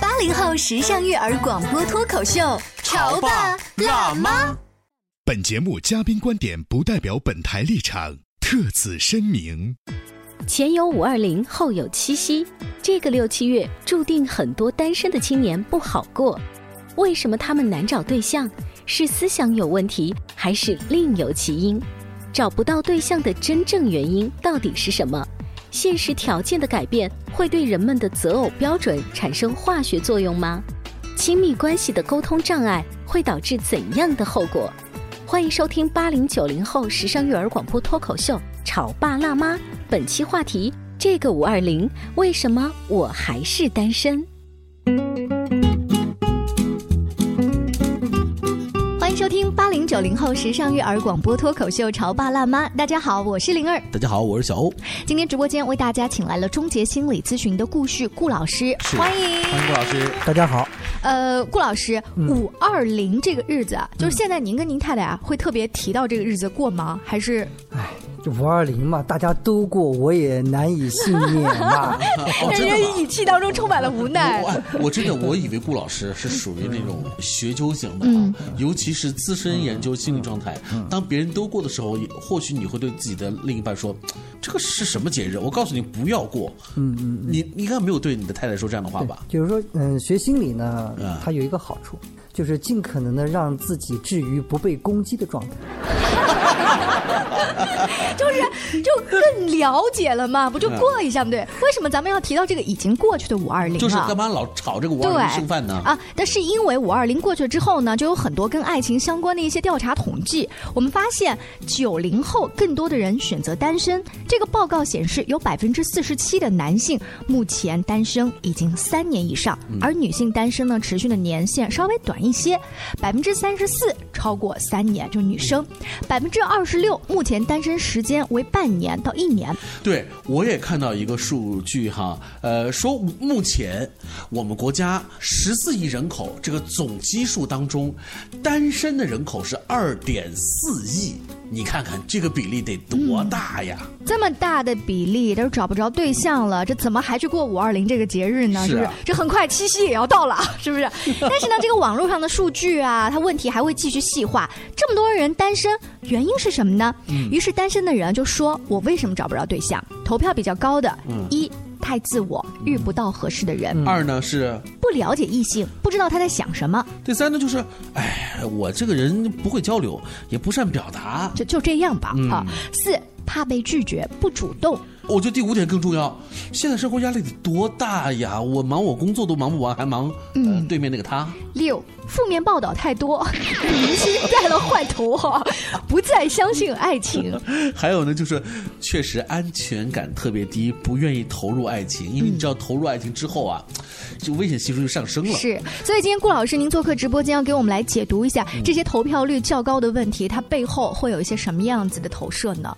八零后时尚育儿广播脱口秀，潮爸辣妈。妈。本节目嘉宾观点不代表本台立场，特此声明。前有五二零，后有七夕，这个六七月注定很多单身的青年不好过。为什么他们难找对象？是思想有问题，还是另有其因？找不到对象的真正原因到底是什么？现实条件的改变会对人们的择偶标准产生化学作用吗？亲密关系的沟通障碍会导致怎样的后果？欢迎收听八零九零后时尚育儿广播脱口秀《潮爸辣妈》。本期话题：这个五二零，为什么我还是单身？欢迎收听八零九零后时尚育儿广播脱口秀《潮爸辣妈》。大家好，我是灵儿。大家好，我是小欧，今天直播间为大家请来了终结心理咨询的顾旭顾老师，欢迎。欢迎顾老师。 大家好，呃，顾老师，嗯五二零这个日子啊，就是现在您跟您太太啊，会特别提到这个日子过吗？还是这五二零嘛，大家都过，我也难以幸免吧。哦让人语气当中充满了无 奈？我我真的我以为顾老师是属于那种学究型的嗯啊，尤其是自身研究心理状态。当别人都过的时候，也或许你会对自己的另一半说：“这个是什么节日？”我告诉你，不要过。嗯嗯，你你应该没有对你的太太说这样的话吧？就是说，嗯，学心理呢嗯，它有一个好处，就是尽可能的让自己置于不被攻击的状态。就是就更了解了嘛，不就过一下吗？对，为什么咱们要提到这个已经过去的五二零就是干啊？嘛老吵这个五二零对，剩饭呢？啊！但是因为五二零过去之后呢，就有很多跟爱情相关的一些调查统计，我们发现九零后更多的人选择单身。这个报告显示，有百分之四十七的男性目前单身已经三年以上，嗯而女性单身呢持续的年限稍微短一些，百分之三十四超过三年，就女生，百分之二十六目前单身时间为半年到一年。对，我也看到一个数据哈，呃，说目前我们国家十四亿人口这个总基数当中，单身的人口是二点四亿，你看看这个比例得多大呀！这么大的比例都找不着对象了，这怎么还去过五二零这个节日呢？是啊不是？这很快七夕也要到了， 是不是？但是呢，这个网络上的数据啊，它问题还会继续细化。这么多人单身，原因是什么呢？嗯于是单身的人就说：“我为什么找不着对象？”投票比较高的，嗯一太自我，遇不到合适的人，二呢是不了解异性，不知道他在想什么，第三呢就是，哎，我这个人不会交流，也不善表达。就就这样嗯吧、啊。四怕被拒绝，不主动。我觉得第五点更重要，现在生活压力得多大呀！我忙我工作都忙不完，还忙、呃、对面那个他。六，负面报道太多， 明星带了坏头啊，不再相信爱 情。 还有呢，就是确实安全感特别低，不愿意投入爱情，因为你知道投入爱情之后啊，嗯就危险系数就上升了。是，所以今天顾老师您做客直播间，要给我们来解读一下嗯这些投票率较高的问题，它背后会有一些什么样子的投射呢？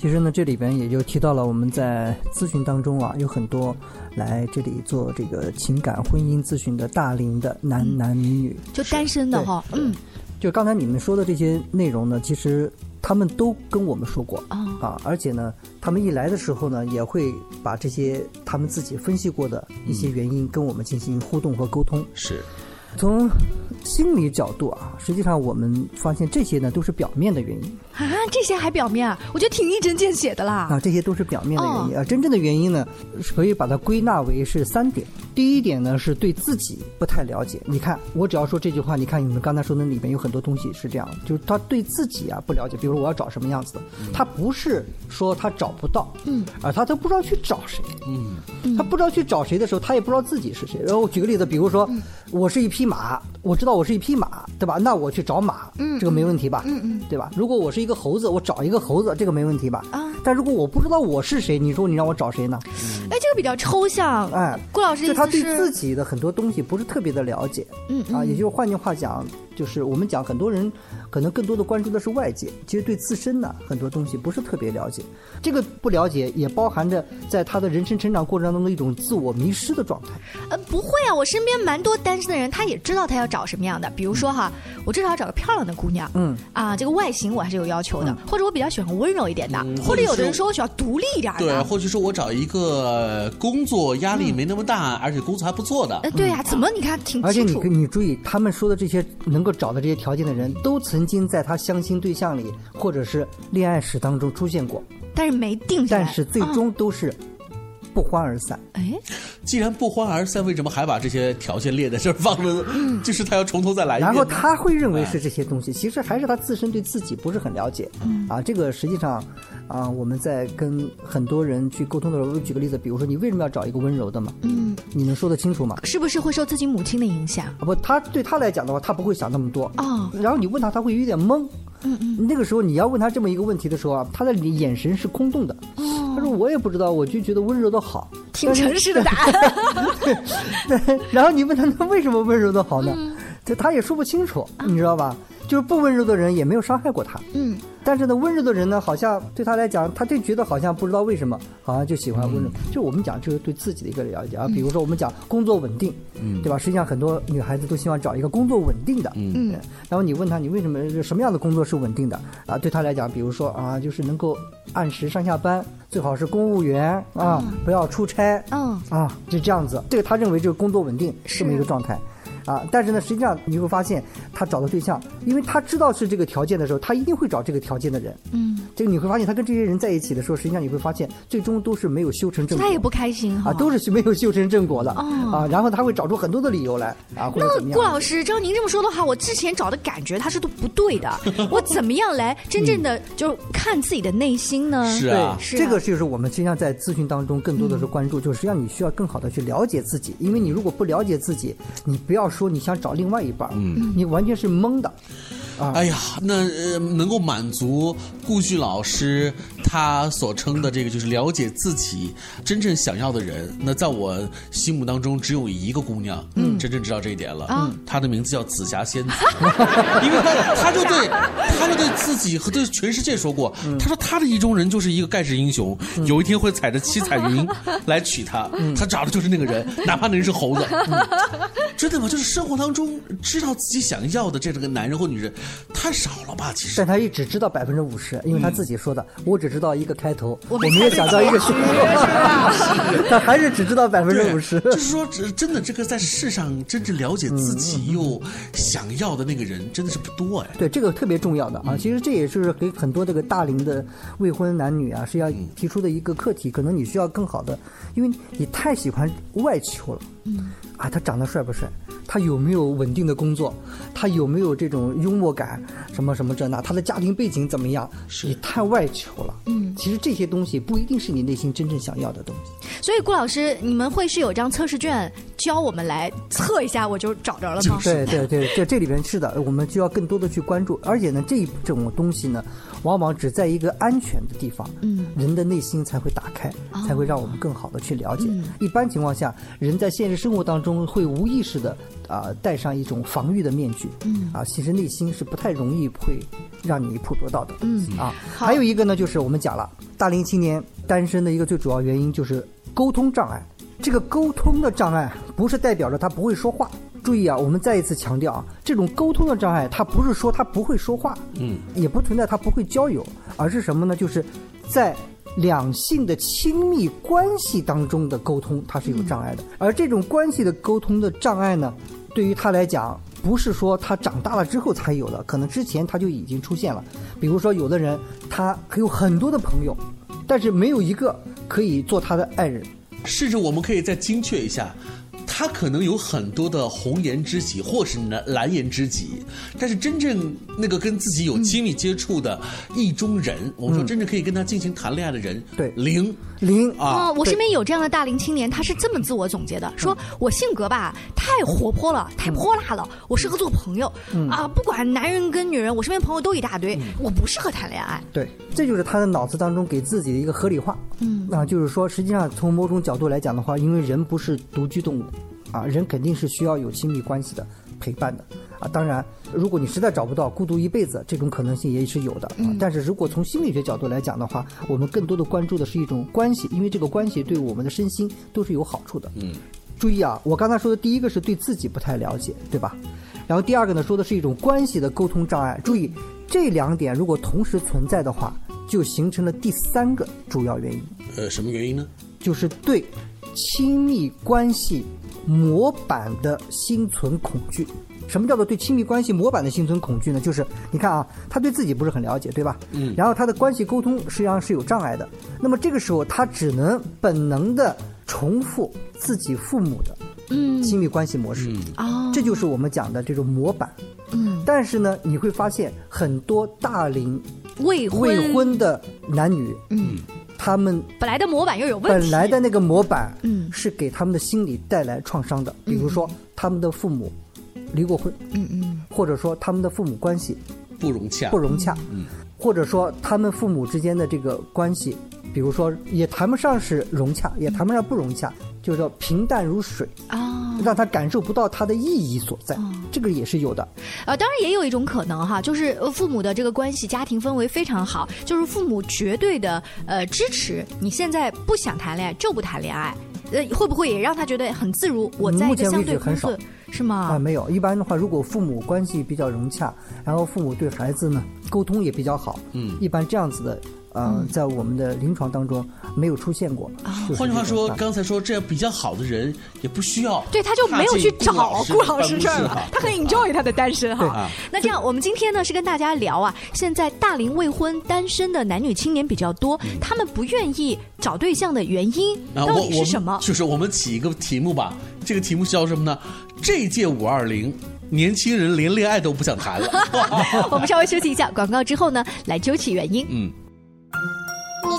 其实呢，这里边也就提到了我们在咨询当中啊，有很多来这里做这个情感婚姻咨询的大龄的男男女女。就单身的哈，嗯就刚才你们说的这些内容呢，其实他们都跟我们说过啊，啊，而且呢，他们一来的时候呢，也会把这些他们自己分析过的一些原因跟我们进行互动和沟通。是，从心理角度啊，实际上我们发现这些呢都是表面的原因啊，这些还表面啊，我觉得挺一针见血的啦。啊，这些都是表面的原因啊。真正的原因呢，是可以把它归纳为是三点。第一点呢是对自己不太了解。你看，我只要说这句话，你看你们刚才说的里面有很多东西是这样，就是他对自己啊不了解。比如我要找什么样子的，他不是说他找不到，嗯，而他都不知道去找谁，嗯，他不知道去找谁的时候，他也不知道自己是谁。然后我举个例子，比如说我是一匹马，我知道我是一匹马，对吧？那我去找马，嗯，这个没问题吧？嗯嗯，对吧？如果我是一个猴子，我找一个猴子，这个没问题吧？啊，但如果我不知道我是谁，你说你让我找谁呢？哎，这个比较抽象。嗯哎，顾老师的就意他思对是自己的很多东西不是特别的了解，嗯啊，也就是换句话讲，就是我们讲很多人可能更多的关注的是外界，其实对自身呢、很多东西不是特别了解。这个不了解也包含着在他的人生成长过程当中的一种自我迷失的状态。呃，不会啊，我身边蛮多单身的人，他也知道他要找什么样的。比如说哈，我至少要找个漂亮的姑娘，嗯啊，这个外形我还是有要求的，或者我比较喜欢温柔一点的，嗯或者有的或者人是说我喜欢独立一点的。啊对，或许说我找一个工作压力没那么嗯大，而且工作还不错的哎呃，，对呀、怎么你看挺而且清你楚？你注意，他们说的这些能够找到这些条件的人，都曾经在他相亲对象里或者是恋爱史当中出现过，但是没定下来。但是最终都是不欢而散。哎、既然不欢而散，为什么还把这些条件列在这儿放着？呢？就是他要从头再来一遍嗯然呢。后他会认为是这些东西，其实还是他自身对自己不是很了解。啊，这个实际上，啊，我们在跟很多人去沟通的时候，我举个例子，比如说你为什么要找一个温柔的嘛？嗯，你能说得清楚吗？是不是会受自己母亲的影响？啊不，他对他来讲的话，他不会想那么多。哦然后你问他，他会有点懵。嗯嗯，那个时候你要问他这么一个问题的时候啊，他的眼神是空洞的。哦，他说我也不知道，我就觉得温柔的好。挺诚实的答 案。对， 然后你问他那为什么温柔的好呢？嗯这他也说不清楚，你知道吧？就是不温柔的人也没有伤害过他。啊嗯，但是呢，温柔的人呢，好像对他来讲，他就觉得好像不知道为什么，好像就喜欢温柔。嗯就我们讲，就是对自己的一个了解啊。比如说，我们讲工作稳定，嗯，对吧？实际上，很多女孩子都希望找一个工作稳定的，嗯。然后你问他，你为什么什么样的工作是稳定的啊？对他来讲，比如说啊，就是能够按时上下班，最好是公务员啊，不要出差，嗯啊，就这样子。这个他认为这个工作稳定这么一个状态。啊，但是呢，实际上你会发现，他找的对象，因为他知道是这个条件的时候，他一定会找这个条件的人。嗯，这个你会发现，他跟这些人在一起的时候，实际上你会发现，最终都是没有修成正果。他也不开心哈、啊，都是没有修成正果的、啊。然后他会找出很多的理由来啊，或者怎么那样。顾老师，照您这么说的话，我之前找的感觉它是都不对的。 我怎么样来真正的就是看自己的内心呢？是对啊，是嗯这啊嗯个就是我们实际上在咨询当中更多的是关注，就是实际上你需要更好的去了解自己，因为你如果不了解自己，你不要说你想找另外一半儿，嗯你完全是懵的。哎呀，那呃，能够满足顾旭老师他所称的这个，就是了解自己真正想要的人。那在我心目当中，只有一个姑娘，嗯，真正知道这一点了。啊她的名字叫紫霞仙子，因为她她就对她就对自己和对全世界说过，她说她的意中人就是一个盖世英雄，有一天会踩着七彩云来娶她，她找的就是那个人，哪怕那人是猴子。真的吗？就是生活当中知道自己想要的这个男人或女人太少了吧？其实但他也只知道百分之五十，因为他自己说的，我只知道一个开头，我没没有想到一个结果， 他还是只知道百分之五十。就是说，这真的这个在世上真正了解自己又想要的那个人真的是不多哎。对，这个特别重要的啊，其实这也是给很多这个大龄的未婚男女啊，是要提出的一个课题。可能你需要更好的，因为你太喜欢外求了，嗯，啊，他长得帅不帅，他有没有稳定的工作，他有没有这种幽默感，什么什么这那，他的家庭背景怎么样，你太外求了，嗯，其实这些东西不一定是你内心真正想要的东西。所以顾老师，你们会是有张测试卷教我们来测一下，我就找着了吗？对对对，这这里边是的，我们就要更多的去关注，而且呢，这一种东西呢，往往只在一个安全的地方，嗯，哦人的内心才会打开，才会让我们更好的去了解。一般情况下，人在现实生活当中会无意识的啊、戴上一种防御的面具，嗯，啊，其实内心是不太容易会让你捕捉到的，嗯啊，还有一个呢，就是我们讲了，大龄青年单身的一个最主要原因就是沟通障碍。这个沟通的障碍不是代表着他不会说话。注意啊，我们再一次强调啊，这种沟通的障碍，它不是说他不会说话，嗯，也不存在他不会交友，而是什么呢？就是在两性的亲密关系当中的沟通，它是有障碍的。而这种关系的沟通的障碍呢，对于他来讲，不是说他长大了之后才有的，可能之前他就已经出现了。比如说，有的人他有很多的朋友，但是没有一个可以做他的爱人。甚至我们可以再精确一下，他可能有很多的红颜知己或是蓝蓝颜知己，但是真正那个跟自己有亲密接触的意中人，我们说真正可以跟他进行谈恋爱的人，嗯对零零啊，哦，我身边有这样的大龄青年，他是这么自我总结嗯的：说我性格吧太活泼了，太泼辣嗯了，我适合做朋友啊，不管男人跟女人，我身边朋友都一大堆，嗯我不适合谈恋爱。对，这就是他的脑子当中给自己的一个合理化。嗯，啊，就是说，实际上从某种角度来讲的话，因为人不是独居动物，啊，人肯定是需要有亲密关系的陪伴的。啊，当然，如果你实在找不到孤独一辈子这种可能性也是有的、啊但是如果从心理学角度来讲的话，我们更多的关注的是一种关系，因为这个关系对我们的身心都是有好处的。嗯，注意啊，我刚才说的第一个是对自己不太了解，对吧？然后第二个呢，说的是一种关系的沟通障碍。注意，这两点如果同时存在的话，就形成了第三个主要原因，呃，什么原因呢？就是对亲密关系模板的心存恐惧。什么叫做对亲密关系模板的心存恐惧呢？就是你看啊，他对自己不是很了解，对吧？嗯。然后他的关系沟通实际上是有障碍的。那么这个时候，他只能本能的重复自己父母的嗯亲密关系模式。哦，这就是我们讲的这种模板。嗯，但是呢，你会发现很多大龄未婚未婚的男女，嗯，他们本来的模板又有问题，本来的那个模板，嗯是给他们的心理带来创伤的。比如说，他们的父母离过婚，嗯嗯或者说他们的父母关系不融洽不，融洽，或者说他们父母之间的这个关系，比如说也谈不上是融洽，嗯也谈不上不融洽，就是说平淡如水，啊。让他感受不到它的意义所在，这个也是有的。呃，当然也有一种可能哈，就是呃父母的这个关系、家庭氛围非常好，就是父母绝对的呃支持你现在不想谈恋爱就不谈恋爱，呃，会不会也让他觉得很自如？我在一嗯目个前相为对止空很少色，是吗？啊，没有。一般的话，如果父母关系比较融洽，然后父母对孩子呢沟通也比较好，嗯，一般这样子的，呃，在我们的临床当中没有出现过。就是啊换句话这种说，状态刚才说这样比较好的人也不需要，对，他就没有去找顾老师这儿了了，，他很 enjoy 他的单身对啊哈。那这样，我们今天呢是跟大家聊啊，现在大龄未婚单身的男女青年比较多，他们不愿意找对象的原因嗯啊，到我底我是什么们？就是我们起一个题目吧，这个题目叫什么呢？这届五二零，年轻人连恋爱都不想 谈了。我们稍微休息一下，广告之后呢来究其原因。嗯，你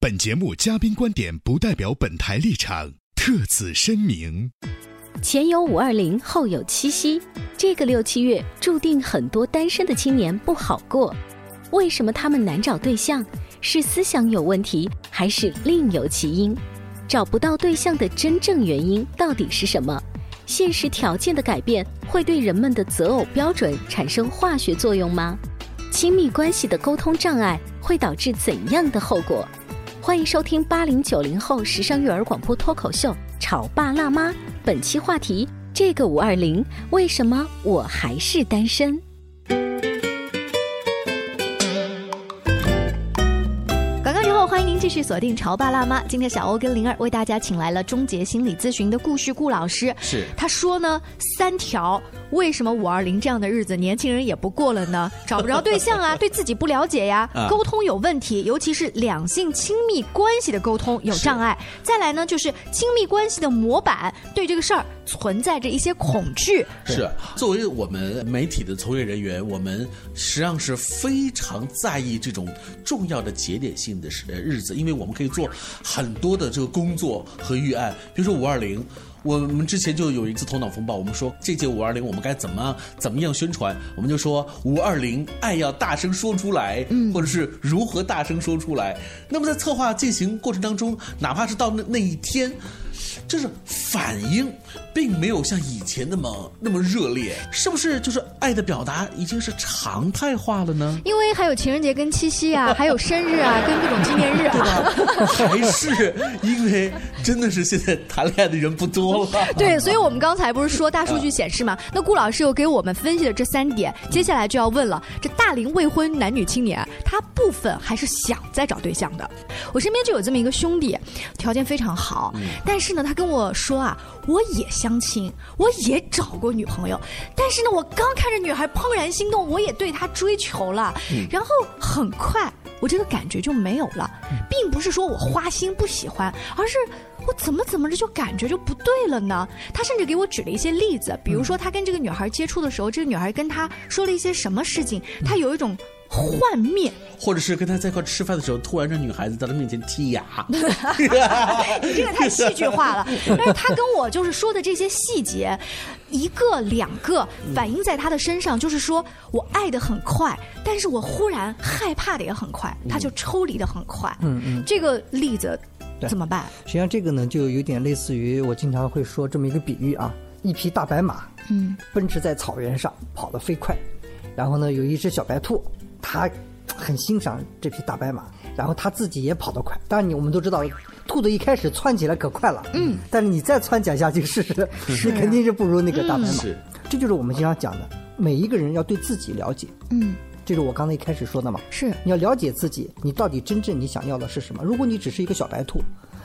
本节目嘉宾观点不代表本台立场，特此声明。前有五二零，后有七夕，这个六七月注定很多单身的青年不好过。为什么他们难找对象？是思想有问题，还是另有其因？找不到对象的真正原因到底是什么？现实条件的改变会对人们的择偶标准产生化学作用吗？亲密关系的沟通障碍会导致怎样的后果？欢迎收听八零九零后时尚育儿广播脱口秀《潮爸辣妈》。本期话题：这个五二零，为什么我还是单身？广告之后，欢迎您继续锁定《潮爸辣妈》。今天小欧跟灵儿为大家请来了终结心理咨询的顾旭顾老师。是他说呢，三条为什么五二零这样的日子年轻人也不过了呢？找不着对象啊，对自己不了解呀、啊沟通有问题，尤其是两性亲密关系的沟通有障碍。再来呢，就是亲密关系的模板对这个事儿存在着一些恐惧。是，作为我们媒体的从业人员，我们实际上是非常在意这种重要的节点性的时呃日子，因为我们可以做很多的这个工作和预案，比如说五二零。我们之前就有一次头脑风暴，我们说这届五二零我们该怎么怎么样宣传，我们就说五二零爱要大声说出来，或者是如何大声说出来。那么在策划进行过程当中，哪怕是到那那一天，就是反应并没有像以前那么那么热烈，是不是？就是爱的表达已经是常态化了 呢？因为还有情人节跟七夕啊，还有生日啊，跟各种纪念日啊。还是因为真的是现在谈恋爱的人不 多了？ 对，所以我们刚才不是说大数据显示嘛？那顾老师又给我们分析了这三点，接下来就要问了：这大龄未婚男女青年，他部分还是想再找对象的。我身边就有这么一个兄弟，条件非常好，但是呢，他跟我说啊，我也相亲，我也找过女朋友，但是呢，我刚看着女孩怦然心动，我也对她追求了，嗯然后很快。我这个感觉就没有了，并不是说我花心不喜欢，而是我怎么怎么着就感觉就不对了呢？他甚至给我举了一些例子，比如说嗯他跟这个女孩接触的时候，这个女孩跟他说了一些什么事情，嗯他有一种幻灭。或者是跟他在一块吃饭的时候，突然让女孩子在他面前剔 牙，你这个太戏剧化了。但是他跟我就是说的这些细节，一个两个嗯反映在他的身上，就是说我爱的很快，但是我忽然害怕的也很快，他就抽离的很快。嗯嗯这个例子对怎么办？实际上这个呢，就有点类似于我经常会说这么一个比喻啊，一匹大白马，嗯，奔驰在草原上跑得飞快，然后呢，有一只小白兔，它很欣赏这匹大白马，然后它自己也跑得快。当然你我们都知道，兔子一开始窜起来可快了，嗯，但是你再窜几下去试试，是你肯定是不如那个大白马。是这就是我们经常讲的，每一个人要对自己了解，嗯。这是我刚才一开始说的嘛，是你要了解自己，你到底真正你想要的是什么？如果你只是一个小白兔，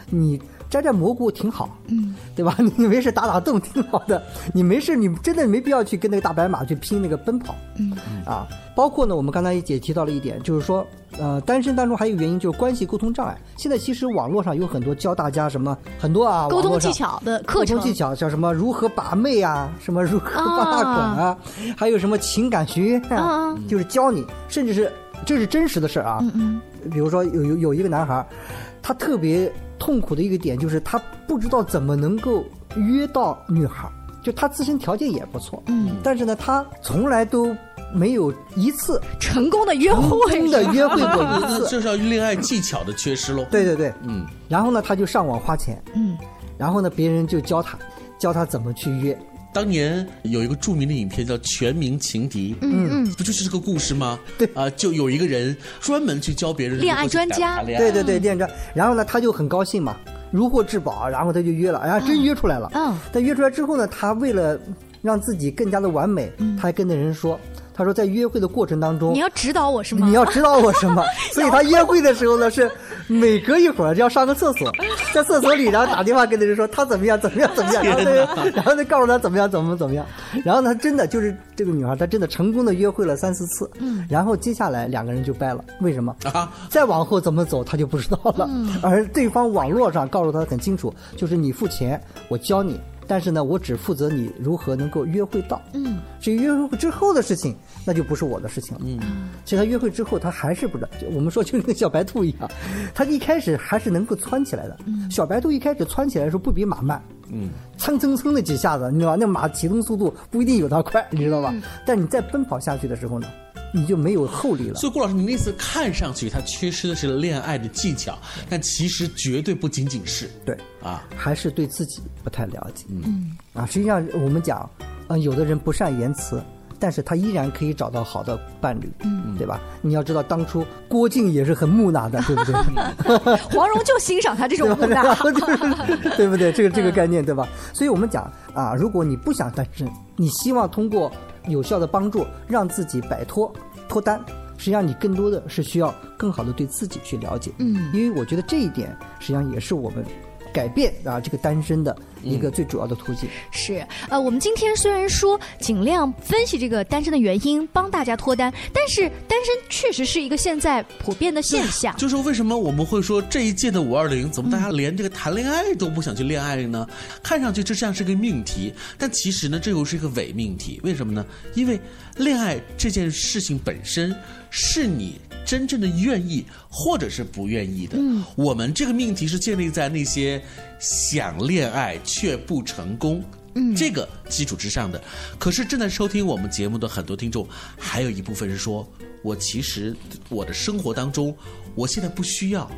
你摘摘蘑菇挺好，嗯， 对吧？你没事打打洞挺好的，你没事你真的没必要去跟那个大白马去拼那个奔跑，嗯啊，包括呢，我们刚才也提到了一点，就是说，呃，单身当中还有一个原因就是关系沟通障碍。现在其实网络上有很多教大家什么很多啊，沟通网络上技巧的课程沟通技巧叫什么如何把妹啊，什么如何八卦啊，还有什么情感学院嗯啊啊就是教你，甚至是这是真实的事儿啊。嗯比如说有有有一个男孩儿，他特别痛苦的一个点就是他不知道怎么能够约到女孩儿，就他自身条件也不错，嗯但是呢，他从来都没有一 次成功的约会成功的约会过一次，就是要恋爱技巧的缺失喽。 对对对，嗯，然后呢，他就上网花钱，嗯，然后呢，别人就教他，教他怎么去约，当年有一个著名的影片叫《全民情敌》，嗯嗯不就是这个故事吗？对啊、就有一个人专门去教别人恋爱如何去谈恋爱对对嗯对，恋爱专，然后呢，他就很高兴嘛，如获至宝，然后他就约了，然后真约出来了，嗯，但约出来之后呢，他为了让自己更加的完美，他还跟那人说。他说，在约会的过程当嗯中，你要指导我是吗？嗯你要指导我什么？所以他约会的时候呢，是每隔一会儿就要上个厕 所，在厕所里，然后打电话跟那人说他怎么样，怎么样，怎么样，然后那天哪人，然后呢告诉他怎么样，怎么怎么样，然后呢，真的就是这个女孩，她真的成功的约会了三四次，嗯然后接下来两个人就掰了，为什么？啊，再往后怎么走她就不知道了，而对方网络上告诉她很清楚，就是你付钱，我教你。但是呢，我只负责你如何能够约会到，嗯至于约会之后的事情，那就不是我的事情了。嗯，其实他约会之后，他还是不知道。就我们说就是跟小白兔一样，他一开始还是能够窜起来的。小白兔一开始窜起来的时候不比马慢，嗯，蹭蹭蹭的几下子，你知道吧？那马启动速度不一定有它快，你知道吧？但你再奔跑下去的时候呢，你就没有后力了。所以顾老师，你那次看上去他缺失的是恋爱的技巧，但其实绝对不仅仅是对啊，还是对自己不太了解。嗯啊，实际上我们讲，呃，有的人不善言辞，但是他依然可以找到好的伴侣，嗯，对吧？你要知道，当初郭靖也是很木讷的，对不对？ 黄蓉就欣赏他这 种木讷然，后就是对不对？这个这个概念对吧？所以我们讲啊，如果你不想单身，你希望通过有效的帮助让自己摆脱脱单，实际上你更多的是需要更好的对自己去了解。嗯因为我觉得这一点实际上也是我们。改变啊这个单身的一个最主要的途径。是，呃，我们今天虽然说尽量分析这个单身的原因，帮大家脱单，但是单身确实是一个现在普遍的现象。就说为什么我们会说这一届的五二零，怎么大家连这个谈恋爱都不想去恋爱呢？看上去这像是个命题，但其实呢，这又是一个伪命题。为什么呢？因为恋爱这件事情本身是你真正的愿意或者是不愿意的。嗯我们这个命题是建立在那些想恋爱却不成功。嗯这个基础之上的，可是正在收听我们节目的很多听众，还有一部分是说，我其实我的生活当中，我现在不需要，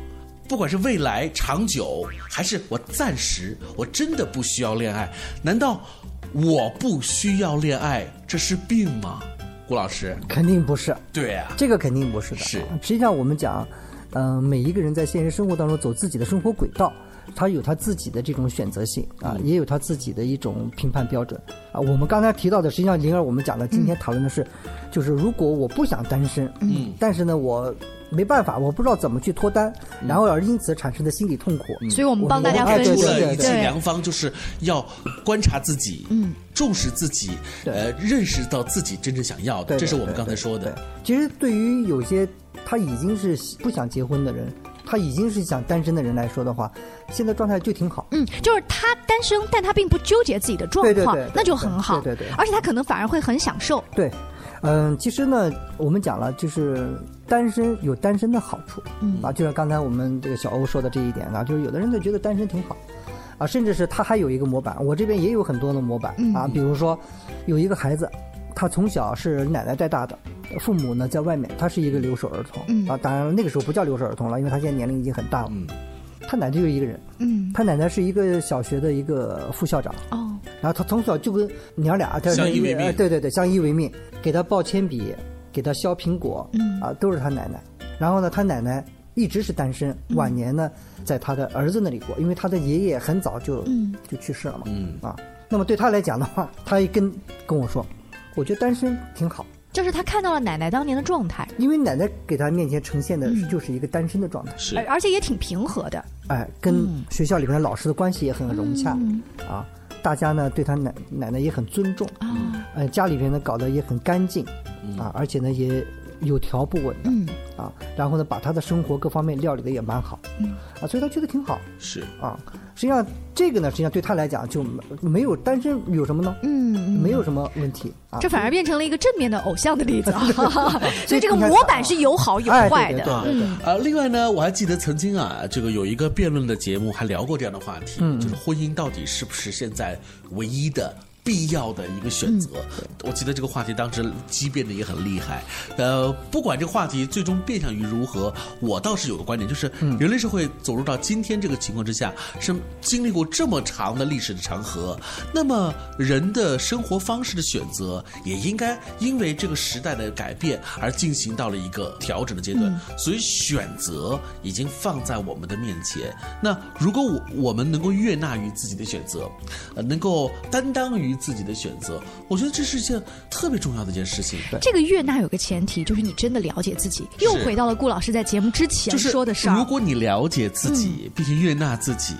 不管是未来长久，还是我暂时，我真的不需要恋爱。难道我不需要恋爱，这是病吗？顾老师，肯定不是，对啊，这个肯定不是的。是，实际上我们讲，嗯、每一个人在现实生活当中走自己的生活轨道，他有他自己的这种选择性啊，嗯也有他自己的一种评判标准啊。我们刚才提到的，实际上灵儿我们讲的，今天讨论的是，就是如果我不想单身，嗯，但是呢我。没办法，我不知道怎么去脱单，嗯然后而因此产生的心理痛苦。所以我们帮大家哎分析对对了对一剂对良方，就是要观察自己，嗯，重视自己，呃，认识到自己真正想要的，对这是我们对刚才说的。其实对于有些他已经是不想结婚的人，他已经是想单身的人来说的话，现在状态就挺好。嗯，就是他单身，但他并不纠结自己的状对对况，对对那就很好。对对对而且他可能反而会很享受。对，嗯，其实呢，我们讲了，就是单身有单身的好处，嗯啊，就像刚才我们这个小欧说的这一点啊，就是有的人就觉得单身挺好，啊，甚至是他还有一个模板，我这边也有很多的模板、嗯啊，比如说有一个孩子，他从小是奶奶带大的。父母呢在外面，他是一个留守儿童、嗯啊，当然了那个时候不叫留守儿童了，因为他现在年龄已经很大了。嗯他奶奶就一个人，嗯他奶奶是一个小学的一个副校长，哦，然后他从小就跟娘俩他相依为命呃对对对，相依为命，给他抱铅笔，给他削苹果，嗯啊，都是他奶奶。然后呢，他奶奶一直是单身，嗯晚年呢在他的儿子那里过，因为他的爷爷很早就、嗯就去世了嘛，嗯啊，那么对他来讲的话，他一跟跟我说，我觉得单身挺好，就是他看到了奶奶当年的状态，因为奶奶给他面前呈现的是嗯就是一个单身的状态，是而而且也挺平和的。哎，跟学校里面的老师的关系也很融洽，嗯啊，大家呢对他奶奶奶也很尊重，啊，呃，家里面呢搞得也很干净，啊，而且呢也有条不紊的，嗯啊，然后呢把他的生活各方面料理的也蛮好，嗯啊，所以他觉得挺好是啊。实际上这个呢，实际上对他来讲就没没有单身有什么呢？嗯没有什么问题啊。，这嗯反而变成了一个正面的偶像的例子 啊所以这个模板是有哎好哎有坏的。嗯，呃，另外呢，我还记得曾经啊，这个有一个辩论的节目还聊过这样的话题，嗯就是婚姻到底是不是现在唯一的。必要的一个选择，嗯我记得这个话题当时激辩的也很厉害。呃，不管这个话题最终变向于如何，我倒是有个观点，就是嗯人类社会走入到今天这个情况之下，是经历过这么长的历史的长河，那么人的生活方式的选择也应该因为这个时代的改变而进行到了一个调整的阶段。嗯所以选择已经放在我们的面前。那如果我我们能够悦纳于自己的选择，呃，能够担当于自己的选择，我觉得这是一件特别重要的一件事情。这个悦纳有个前提，就是你真的了解自己。又回到了顾老师在节目之前就是说的事儿。嗯如果你了解自己，并且悦纳自己，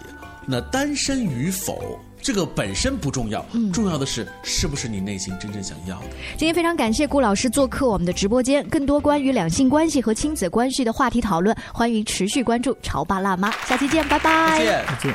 那单身与否。这个本身不重要，嗯重要的是是不是你内心真正想要的。今天非常感谢顾老师做客我们的直播间，更多关于两性关系和亲子关系的话题讨论，欢迎持续关注《潮爸辣妈》，下期见，拜拜。再见。